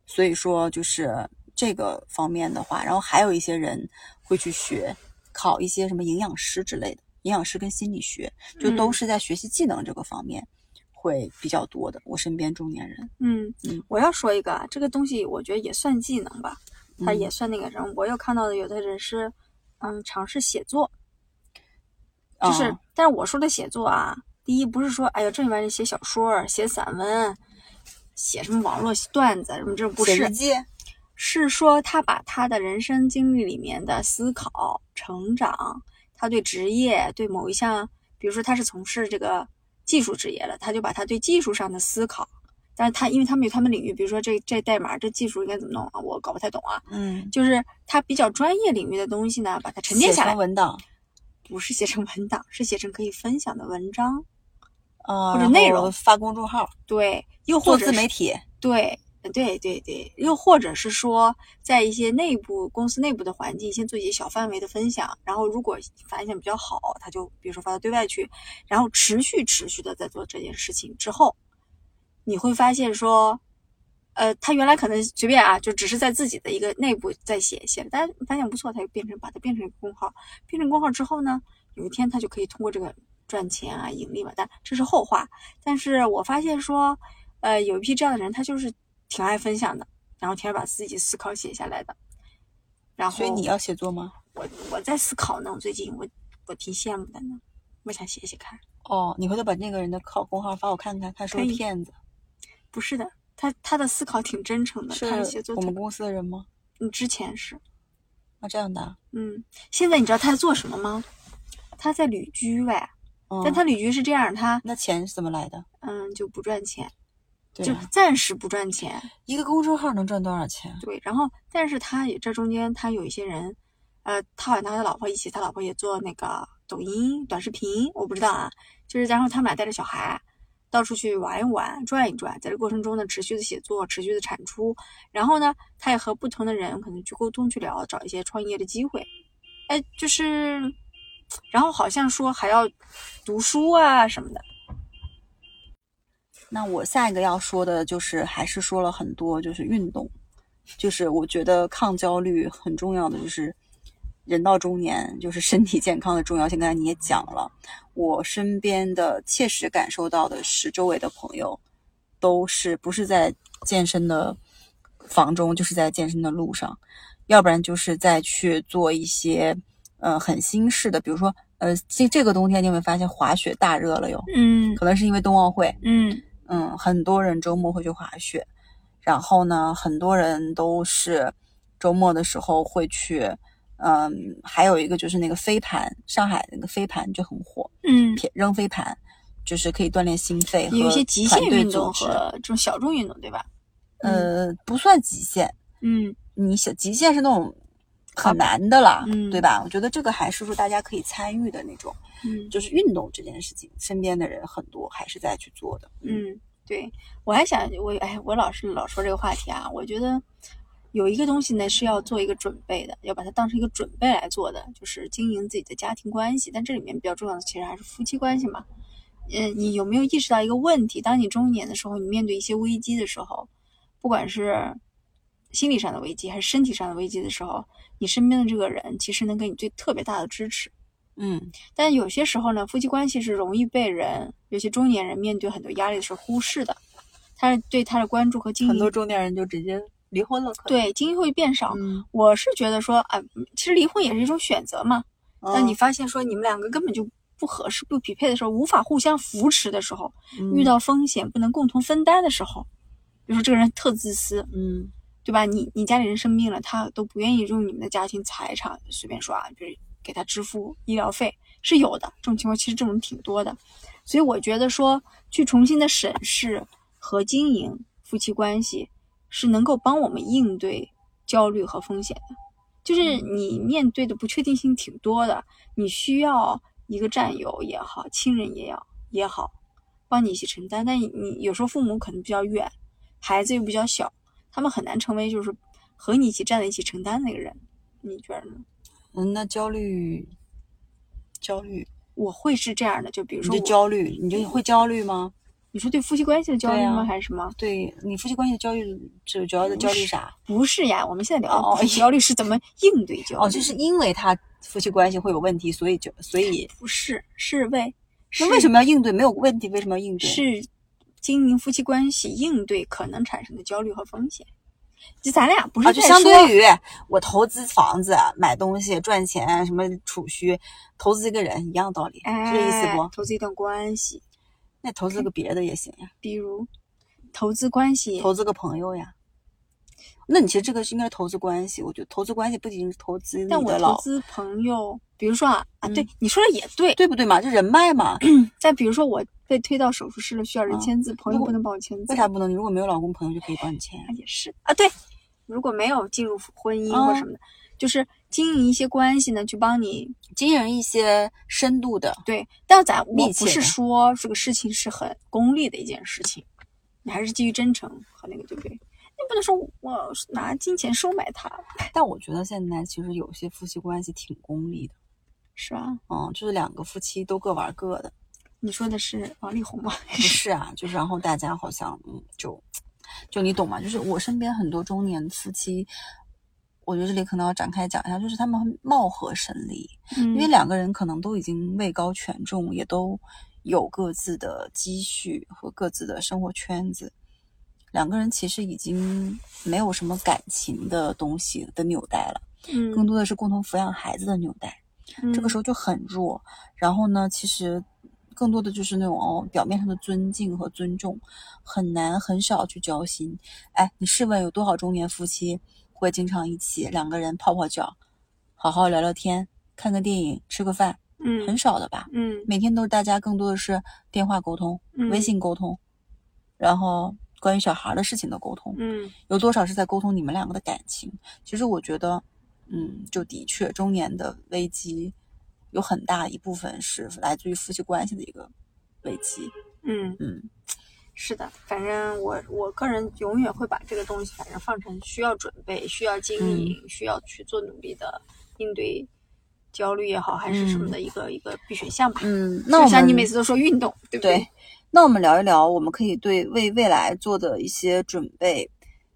S2: 所以说就是这个方面的话，然后还有一些人会去学考一些什么营养师之类的，营养师跟心理学就都
S3: 嗯
S2: 是在学习技能这个方面。会比较多的。我身边中年人，
S3: 嗯
S2: 嗯，
S3: 我要说一个啊，这个东西我觉得也算技能吧，它
S2: 嗯
S3: 也算那个什么。我有看到的有的人是，嗯，尝试写作，就是，
S2: 嗯
S3: 但是我说的写作啊，第一不是说，哎呀，正儿八经写小说儿、写散文、写什么网络段子什么，这不
S2: 写
S3: 是
S2: 日，记，
S3: 是说他把他的人生经历里面的思考、成长，他对职业、对某一项，比如说他是从事这个技术职业的，他就把他对技术上的思考，但是他因为他们有他们领域，比如说这这代码这技术应该怎么弄啊，我搞不太懂啊，
S2: 嗯，
S3: 就是他比较专业领域的东西呢，把它沉淀
S2: 写
S3: 下
S2: 成
S3: 来，
S2: 文档
S3: 不是写成文档，是写成可以分享的文章，
S2: 啊，
S3: 或者
S2: 然
S3: 内
S2: 后
S3: 容
S2: 发公众号，
S3: 对，又或
S2: 做
S3: 者
S2: 自
S3: 是
S2: 媒体，
S3: 对对对对，又或者是说，在一些内部公司内部的环境，先做一些小范围的分享，然后如果反响比较好，他就比如说发到对外去，然后持续持续的在做这件事情之后，你会发现说，呃，他原来可能随便啊，就只是在自己的一个内部在写写，但反响不错，他就变成把它变成一个公号，变成公号之后呢，有一天他就可以通过这个赚钱啊盈利嘛，但这是后话。但是我发现说，呃，有一批这样的人，他就是挺爱分享的，然后挺爱把自己思考写下来的。然后，
S2: 所以你要写作吗？
S3: 我我在思考呢，我最近我我挺羡慕的呢，我想写写看。
S2: 哦，你回头把那个人的考公号发我看看，看是不
S3: 可
S2: 是
S3: 以
S2: 骗子？
S3: 不是的，他他的思考挺真诚的，
S2: 是
S3: 他的写作
S2: 我们
S3: 挺，
S2: 公司的人吗？
S3: 嗯，之前是，
S2: 啊，这样的啊，
S3: 嗯，现在你知道他在做什么吗？他在旅居喂，
S2: 嗯，
S3: 但他旅居是这样，他
S2: 那钱是怎么来的？
S3: 嗯就不赚钱，
S2: 对
S3: 就
S2: 啊
S3: 暂时不赚钱，
S2: 一个公众号能赚多少钱？
S3: 对，然后但是他也这中间他有一些人，呃，他好像他的老婆一起，他老婆也做那个抖音短视频，我不知道啊，就是然后他们俩带着小孩到处去玩一玩、转一转，在这过程中呢，持续的写作、持续的产出，然后呢，他也和不同的人可能去沟通、去聊，找一些创业的机会，哎，就是，然后好像说还要读书啊什么的，
S2: 那我下一个要说的就是，还是说了很多，就是运动，就是我觉得抗焦虑很重要的，就是人到中年，就是身体健康的重要性。刚才你也讲了，我身边的切实感受到的是，周围的朋友都是不是在健身的房中，就是在健身的路上，要不然就是在去做一些呃很新式的，比如说呃这这个冬天你有没有发现滑雪大热了又？
S3: 嗯
S2: 可能是因为冬奥会，
S3: 嗯
S2: 嗯，很多人周末会去滑雪，然后呢，很多人都是周末的时候会去，嗯，还有一个就是那个飞盘，上海那个飞盘就很火，
S3: 嗯，
S2: 撇扔飞盘就是可以锻炼心肺和
S3: 有一些极限
S2: 团队
S3: 运动
S2: 组织，
S3: 和嗯这种小众运动，对吧？
S2: 呃，不算极限，
S3: 嗯
S2: 你想极限是那种很难的啦，
S3: 嗯
S2: 对吧？我觉得这个还是说大家可以参与的那种，
S3: 嗯
S2: 就是运动这件事情，身边的人很多还是在去做的，
S3: 嗯，对，我还想我哎，我老是老说这个话题啊，我觉得有一个东西呢是要做一个准备的，要把它当成一个准备来做的，就是经营自己的家庭关系。但这里面比较重要的其实还是夫妻关系嘛。嗯，你有没有意识到一个问题？当你中年的时候，你面对一些危机的时候，不管是心理上的危机还是身体上的危机的时候，你身边的这个人其实能给你最特别大的支持。
S2: 嗯。
S3: 但有些时候呢，夫妻关系是容易被人，尤其中年人面对很多压力的时候忽视的。他是对他的关注和经
S2: 很多
S3: 营，
S2: 中年人就直接离婚了，可能。
S3: 对经营会变少。
S2: 嗯，
S3: 我是觉得说，啊，其实离婚也是一种选择嘛。
S2: 嗯
S3: 但你发现说你们两个根本就不合适、不匹配的时候，无法互相扶持的时候，
S2: 嗯
S3: 遇到风险不能共同分担的时候，比如说这个人特自私，
S2: 嗯
S3: 对吧？你你家里人生病了，他都不愿意用你们的家庭财产，随便说啊，就是给他支付医疗费是有的。这种情况其实这种人挺多的，所以我觉得说去重新的审视和经营夫妻关系，是能够帮我们应对焦虑和风险的。就是你面对的不确定性挺多的，你需要一个战友也好，亲人也要也好，帮你一起承担。但你你有时候父母可能比较远，孩子又比较小，他们很难成为就是和你一起站在一起承担那个人，你觉得呢？
S2: 嗯，那焦虑，焦虑，
S3: 我会是这样的，就比如
S2: 你
S3: 说
S2: 就
S3: 我
S2: 焦虑，你就会焦虑吗？
S3: 你说对夫妻关系的焦虑
S2: 对啊
S3: 吗？还是什么？
S2: 对你夫妻关系焦虑，主主要的焦虑啥？
S3: 不是呀，我们现在聊
S2: 哦
S3: 的不是焦虑是怎么应对焦虑，
S2: 哦，就是因为他夫妻关系会有问题，所以就所以
S3: 不是是为
S2: 那为什
S3: 么
S2: 么要应对？没有问题为什么要应对？
S3: 是经营夫妻关系，应对可能产生的焦虑和风险。就咱俩不
S2: 啊，
S3: 是
S2: 就
S3: 在
S2: 相
S3: 说，
S2: 对于我投资房子、买东西、赚钱、什么储蓄，投资一个人一样道理，
S3: 哎、
S2: 是这意思不？
S3: 投资一段关系，
S2: 那投资个别的也行呀，
S3: 比如投资关系，
S2: 投资个朋友呀。那你其实这个是应该是投资关系，我觉得投资关系不仅是投资你
S3: 但我
S2: 的
S3: 投
S2: 老，
S3: 资朋友，比如说啊啊，
S2: 嗯
S3: 对你说的也对，
S2: 对不对嘛？就人脉嘛，
S3: 再比如说我被推到手术室了，需要人
S2: 啊
S3: 签字，朋友
S2: 如果
S3: 不能帮我签字，
S2: 为啥不能？你如果没有老公朋友就可以帮你签。
S3: 也是啊，对，如果没有进入婚姻
S2: 嗯
S3: 或什么的，就是经营一些关系呢，去帮你
S2: 经营一些深度的，
S3: 对。但咱我
S2: 密
S3: 不
S2: 切
S3: 是
S2: 的
S3: 说这个事情是很功利的一件事情，你还是基于真诚和那个，对不对？你不能说我是拿金钱收买他，
S2: 但我觉得现在其实有些夫妻关系挺功利的，
S3: 是吧？
S2: 嗯，就是两个夫妻都各玩各的，
S3: 你说的是王力宏吗？
S2: 不是啊，就是然后大家好像嗯就就你懂吗？就是我身边很多中年夫妻，我觉得这里可能要展开讲一下，就是他们貌合神离，因
S3: 嗯
S2: 为两个人可能都已经位高权重，也都有各自的积蓄和各自的生活圈子，两个人其实已经没有什么感情的东西的纽带了，
S3: 嗯
S2: 更多的是共同抚养孩子的纽带。这个时
S3: 候
S2: 候就很弱。然后呢，其实更多的就是那种哦，表面上的尊敬和尊重，很难很少去交心。哎，你试问有多少中年夫妻会经常一起两个人泡泡脚，好好聊聊天，看个电影，吃个饭，
S3: 嗯
S2: 很少的吧？
S3: 嗯
S2: 每天都是大家更多的是电话沟通、
S3: 嗯
S2: 微信沟通，然后关于小孩的事情的沟通。
S3: 嗯
S2: 有多少是在沟通你们两个的感情？其实我觉得，嗯，就的确中年的危机有很大一部分是来自于夫妻关系的一个危机。
S3: 嗯
S2: 嗯，
S3: 是的，反正我我个人永远会把这个东西，反正放成需要准备、需要经
S2: 嗯
S3: 营、需要去做努力的应对焦虑也好，还是什么的一个、一个必选项吧。
S2: 嗯，
S3: 就像你每次都说运动，对不
S2: 对，那我们聊一聊，我们可以对为未来做的一些准备，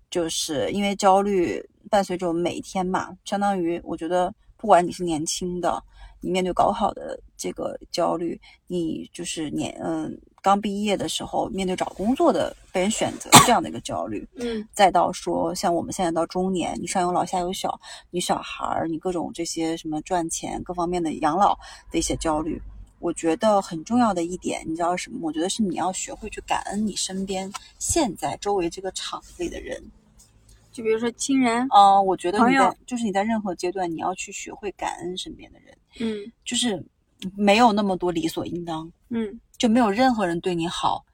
S2: 就是因为焦虑伴随着我们每一天嘛，相当于我觉得，不管你是年轻的，你面对高考的这个焦虑，你就是年嗯刚毕业的时候面对找工作的被人选择这样的一个焦虑，
S3: 嗯
S2: 再到说像我们现在到中年，你上有老下有小，你小孩儿，你各种这些什么赚钱各方面的养老的一些焦虑，我觉得很重要的一点，你知道是什么？我觉得是你要学会去感恩你身边现在周围这个场子里的人。
S3: 就比如说亲人，
S2: 嗯、我觉得
S3: 朋
S2: 你
S3: 友
S2: 在就是你在任何阶段，你要去学会感恩身边的人，
S3: 嗯
S2: 就是没有那么多理所应当。
S3: 嗯
S2: 就没有任何人对你好，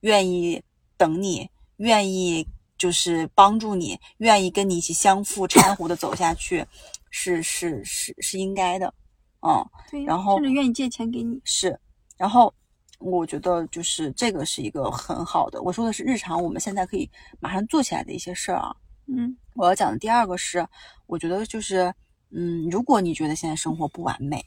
S2: 愿意等你，愿意就是帮助你，愿意跟你一起相互搀扶的走下去，是是是是应该的，嗯，
S3: 对呀，
S2: 然后
S3: 甚至愿意借钱给你，
S2: 是。然后我觉得就是这个是一个很好的，我说的是日常我们现在可以马上做起来的一些事儿啊。
S3: 嗯
S2: 我要讲的第二个是，我觉得就是，嗯，如果你觉得现在生活不完美，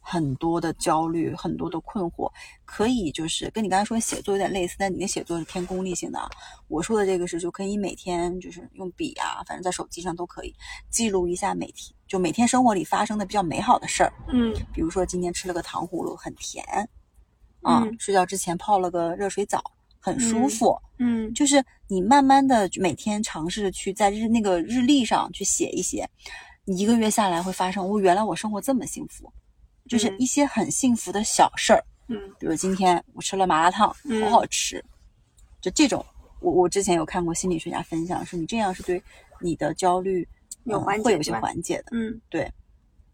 S2: 很多的焦虑，很多的困惑，可以就是跟你刚才说的写作有点类似，但你的写作是偏功利性的啊。我说的这个是，就可以每天就是用笔啊，反正在手机上都可以记录一下每天就每天生活里发生的比较美好的事儿，
S3: 嗯
S2: 比如说今天吃了个糖葫芦，很甜啊；
S3: 嗯
S2: 睡觉之前泡了个热水澡，很舒
S3: 嗯
S2: 服。
S3: 嗯
S2: 就是你慢慢的每天尝试着去在日那个日历上去写一写，你一个月下来会发生，我哦原来我生活这么幸福，就是
S3: 嗯
S2: 一些很幸福的小事儿，
S3: 嗯
S2: 比如今天我吃了麻辣烫，好
S3: 嗯
S2: 好吃，就这种，我我之前有看过心理学家分享，是你这样是对你的焦虑
S3: 有
S2: 嗯
S3: 缓解
S2: 会有一
S3: 是
S2: 些
S3: 吧
S2: 缓解的。
S3: 嗯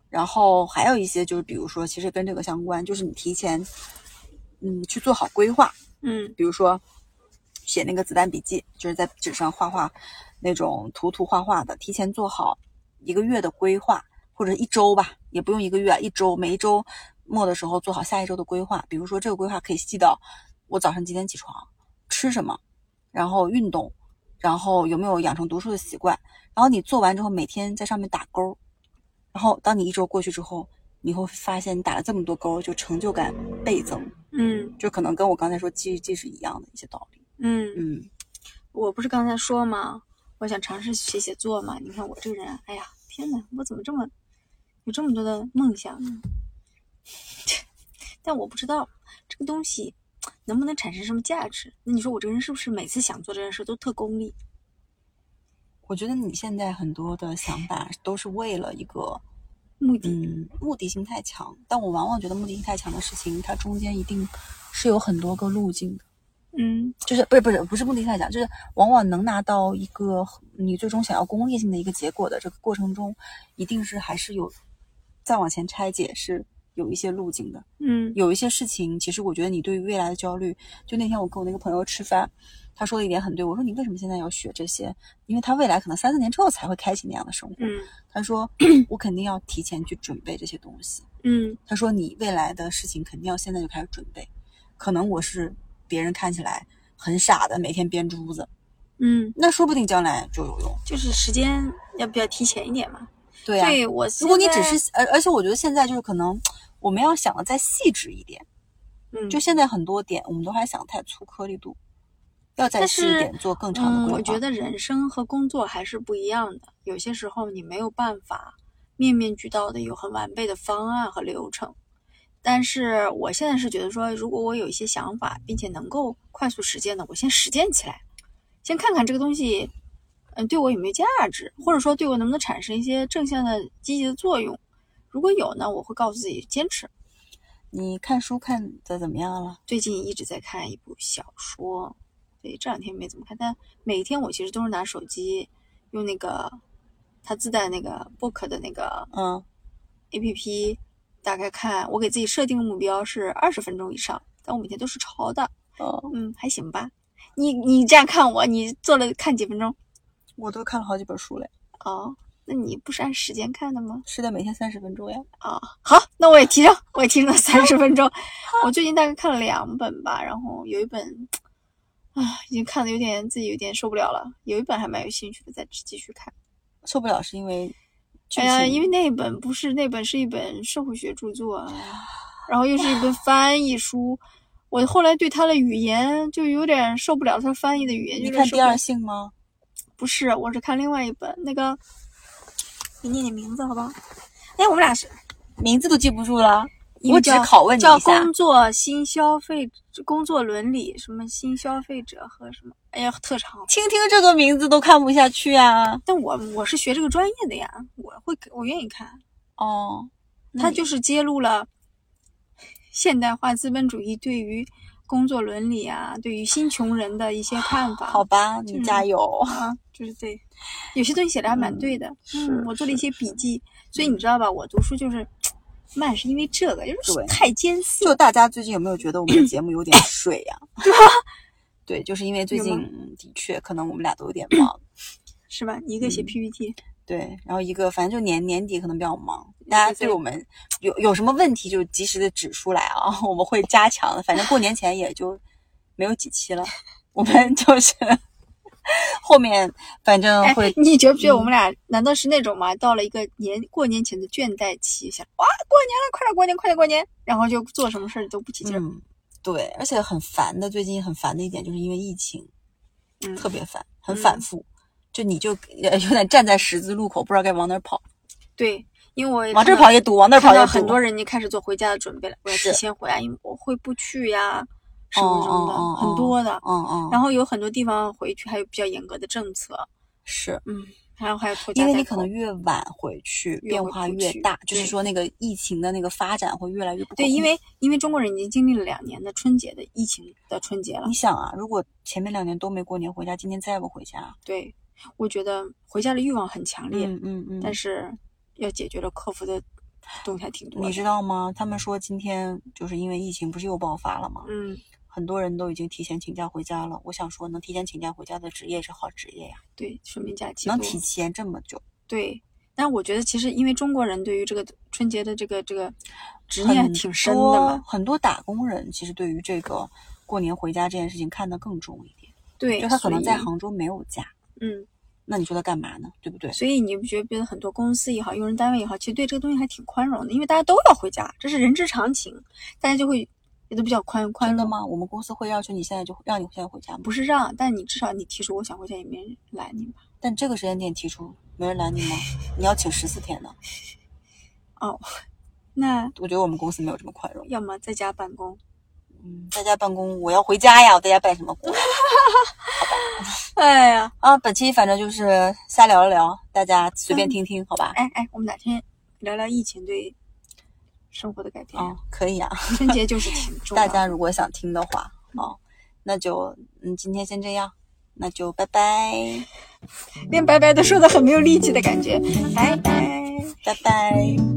S2: 然后还有一些就是，比如说，其实跟这个相关，就是你提前，嗯，去做好规划，
S3: 嗯
S2: 比如说写那个子弹笔记，就是在纸上画画那种涂涂画画的，提前做好一个月的规划，或者一周吧，也不用一个月，一周，每一周末的时候做好下一周的规划。比如说这个规划可以细到我早上几点起床，吃什么，然后运动，然后有没有养成读书的习惯。然后你做完之后，每天在上面打勾，然后当你一周过去之后，你会发现你打了这么多勾，就成就感倍增。
S3: 嗯
S2: 就可能跟我刚才说记日记是一样的一些道理。
S3: 嗯，
S2: 嗯，
S3: 我不是刚才说吗？我想尝试写写作嘛。你看我这个人，哎呀，天哪，我怎么这么有这么多 的梦想呢？但我不知道这个东西，能不能产生什么价值？那你说我这个人是不是每次想做这件事都特功利？
S2: 我觉得你现在很多的想法都是为了一个
S3: 目的、
S2: 嗯目的性太强，但我往往觉得目的性太强的事情，它中间一定是有很多个路径的。
S3: 嗯，
S2: 就是不是不是不是目的性来讲，就是往往能拿到一个你最终想要功利性的一个结果的这个过程中，一定是还是有再往前拆解是有一些路径的。
S3: 嗯
S2: 有一些事情，其实我觉得你对于未来的焦虑，就那天我跟我那个朋友吃饭，他说的一点很对，我说你为什么现在要学这些？因为他未来可能三四年之后才会开启那样的生活。
S3: 嗯
S2: 他说我肯定要提前去准备这些东西。
S3: 嗯
S2: 他说你未来的事情肯定要现在就开始准备。可能我是别人看起来很傻的，每天编珠子，
S3: 嗯，
S2: 那说不定将来就有用。
S3: 就是时间要不要提前一点嘛？
S2: 对啊，
S3: 对我，
S2: 如果你只是呃而而且我觉得现在就是可能我们要想的再细致一点，
S3: 嗯，
S2: 就现在很多点我们都还想太粗颗粒度，要再
S3: 但
S2: 细一
S3: 是
S2: 点做更长的规
S3: 嗯。
S2: 划。
S3: 我觉得人生和工作还是不一样的，有些时候你没有办法面面俱到的有很完备的方案和流程。但是我现在是觉得说，如果我有一些想法，并且能够快速实践的，我先实践起来，先看看这个东西，嗯，对我有没有价值，或者说对我能不能产生一些正向的、积极的作用。如果有呢，我会告诉自己坚持。
S2: 你看书看的怎么样了？
S3: 最近一直在看一部小说，对，这两天没怎么看，但每天我其实都是拿手机用那个它自带那个 Book 的那个
S2: 嗯，
S3: A P P 大概看。我给自己设定的目标是二十分钟以上，但我每天都是超的，
S2: 哦，
S3: 嗯，还行吧。你你这样看我，你做了看几分钟？
S2: 我都看了好几本书嘞。
S3: 哦，那你不是按时间看的吗？
S2: 是的，每天三十分钟呀。
S3: 啊，好，那我也提上，我也提上三十分钟。我最近大概看了两本吧，然后有一本，啊，已经看的有点自己有点受不了了。有一本还蛮有兴趣的，再继续看。
S2: 受不了是因为剧情，
S3: 哎呀，因为那一本不是那本是一本社会学著作啊，然后又是一本翻译书。我后来对他的语言就有点受不了，他翻译的语言
S2: 你
S3: 就是
S2: 看第
S3: 受不了
S2: 二性吗？
S3: 不是，我是看另外一本那个，你念念名字好不好？哎，我们俩是
S2: 名字都记不住了，
S3: 一
S2: 我
S3: 个
S2: 只
S3: 叫
S2: 拷问你
S3: 叫
S2: 一下
S3: 工作新消费工作伦理什么新消费者和什么，哎呀，特长。
S2: 听听这个名字都看不下去啊。
S3: 但我我是学这个专业的呀，我会我愿意看。
S2: 哦，那
S3: 它
S2: 你
S3: 就是揭露了现代化资本主义对于工作伦理啊，对于新穷人的一些看法。
S2: 啊好吧，你
S3: 嗯
S2: 加 油。
S3: 啊，就是对，有些东西写的还蛮对的。
S2: 嗯
S3: 嗯
S2: 是
S3: 我做了一些笔记，所以你知道吧，我读书就是慢，是因为这个，就是
S2: 对
S3: 太艰涩。
S2: 就大家最近有没有觉得我们的节目有 点水呀、对，就是因为最
S3: 有
S2: 近
S3: 吗
S2: 嗯的确可能我们俩都有点忙，
S3: 是吧？你一个写
S2: 嗯
S3: PPT，、
S2: 对，然后一个反正就年年底可能比较忙，大家
S3: 对
S2: 对我们有有什么问题就及时的指出来啊， 我们会加强的。反正过年前也就没有几 期了，我们就是 后面反正
S3: 哎
S2: 会，嗯
S3: 你觉不觉得我们俩难道是那种嘛？到了一个年过年前的倦怠期，想哇，过年了，快点过年，快点过年，然后就做什么事儿都不起劲儿。
S2: 嗯，对，而且很烦的，最近很烦的一点就是因为疫情，
S3: 嗯
S2: 特别烦，很
S3: 嗯
S2: 反复，就你就呃有点站在十字路口，不知道该往哪儿跑，
S3: 对，因为我也
S2: 往这儿
S3: 看到
S2: 跑也堵，往那儿跑
S3: 看
S2: 也
S3: 到
S2: 堵，
S3: 很多人已经开始做回家的准备了，我要
S2: 是
S3: 提前回来，因为我回不去呀，什么什么的，
S2: 哦哦哦
S3: 很多的。
S2: 嗯嗯，
S3: 然后有很多地方回去还有比较严格的政策，
S2: 是
S3: 嗯，然后还有拖家
S2: 因为
S3: 带
S2: 你可
S3: 口
S2: 能越晚回去，
S3: 越
S2: 变
S3: 回
S2: 化
S3: 不
S2: 越
S3: 去
S2: 大，就是
S3: 对
S2: 说那个疫情的那个发展会越来越不可
S3: 对，因
S2: 控
S3: 为因为中国人已经经历了两年的春节的疫情的春节了
S2: 你，想啊，如果前面两年都没过年回家，今年再不回家，
S3: 对，我觉得回家的欲望很强烈，
S2: 嗯嗯嗯，
S3: 但是要解决了客服的东西还挺多的。
S2: 你知道吗？他们说今天就是因为疫情不是又爆发了吗？
S3: 嗯，
S2: 很多人都已经提前请假回家了。我想说，能提前请假回家的职业是好职业呀，
S3: 对，说明假期
S2: 能
S3: 多
S2: 提前这么久，
S3: 对。但我觉得其实因为中国人对于这个春节的这个这个执
S2: 很
S3: 念还挺深的
S2: 多
S3: 嘛，
S2: 很多打工人其实对于这个过年回家这件事情看得更重一点，
S3: 对，
S2: 就他可
S3: 所
S2: 能在
S3: 以
S2: 杭州没有假，
S3: 嗯，
S2: 那你说他干嘛呢？对不对？
S3: 所以你不觉得很多公司也好，用人单位也好，其实对这个东西还挺宽容的，因为大家都要回家，这是人之常情，大家就会也都比较宽宽
S2: 真
S3: 容。
S2: 的？吗？我们公司会要求你现在就让你现在回家吗？
S3: 不是让，但你至少你提出我想回家，也没人拦你吧？
S2: 但这个时间点提出，没人拦 你吗？你要请十四天呢？
S3: 那
S2: 我觉得我们公司没有这么宽容。
S3: 要么在家办公，
S2: 嗯，在家办公，我要回家呀，我在家办什么公？
S3: 哎呀，
S2: 啊，本期反正就是瞎聊了聊，大家随便听听，好吧？
S3: 哎哎，我们哪天聊聊疫情对生活的改变？
S2: 哦，可以啊，
S3: 春节嗯就是挺重要
S2: 大
S3: 的。
S2: 家如果想听的话，哦，那就嗯，今天先这样，那就拜拜，
S3: 哎连拜拜都说的很没有力气的感觉，拜拜。
S2: 拜拜。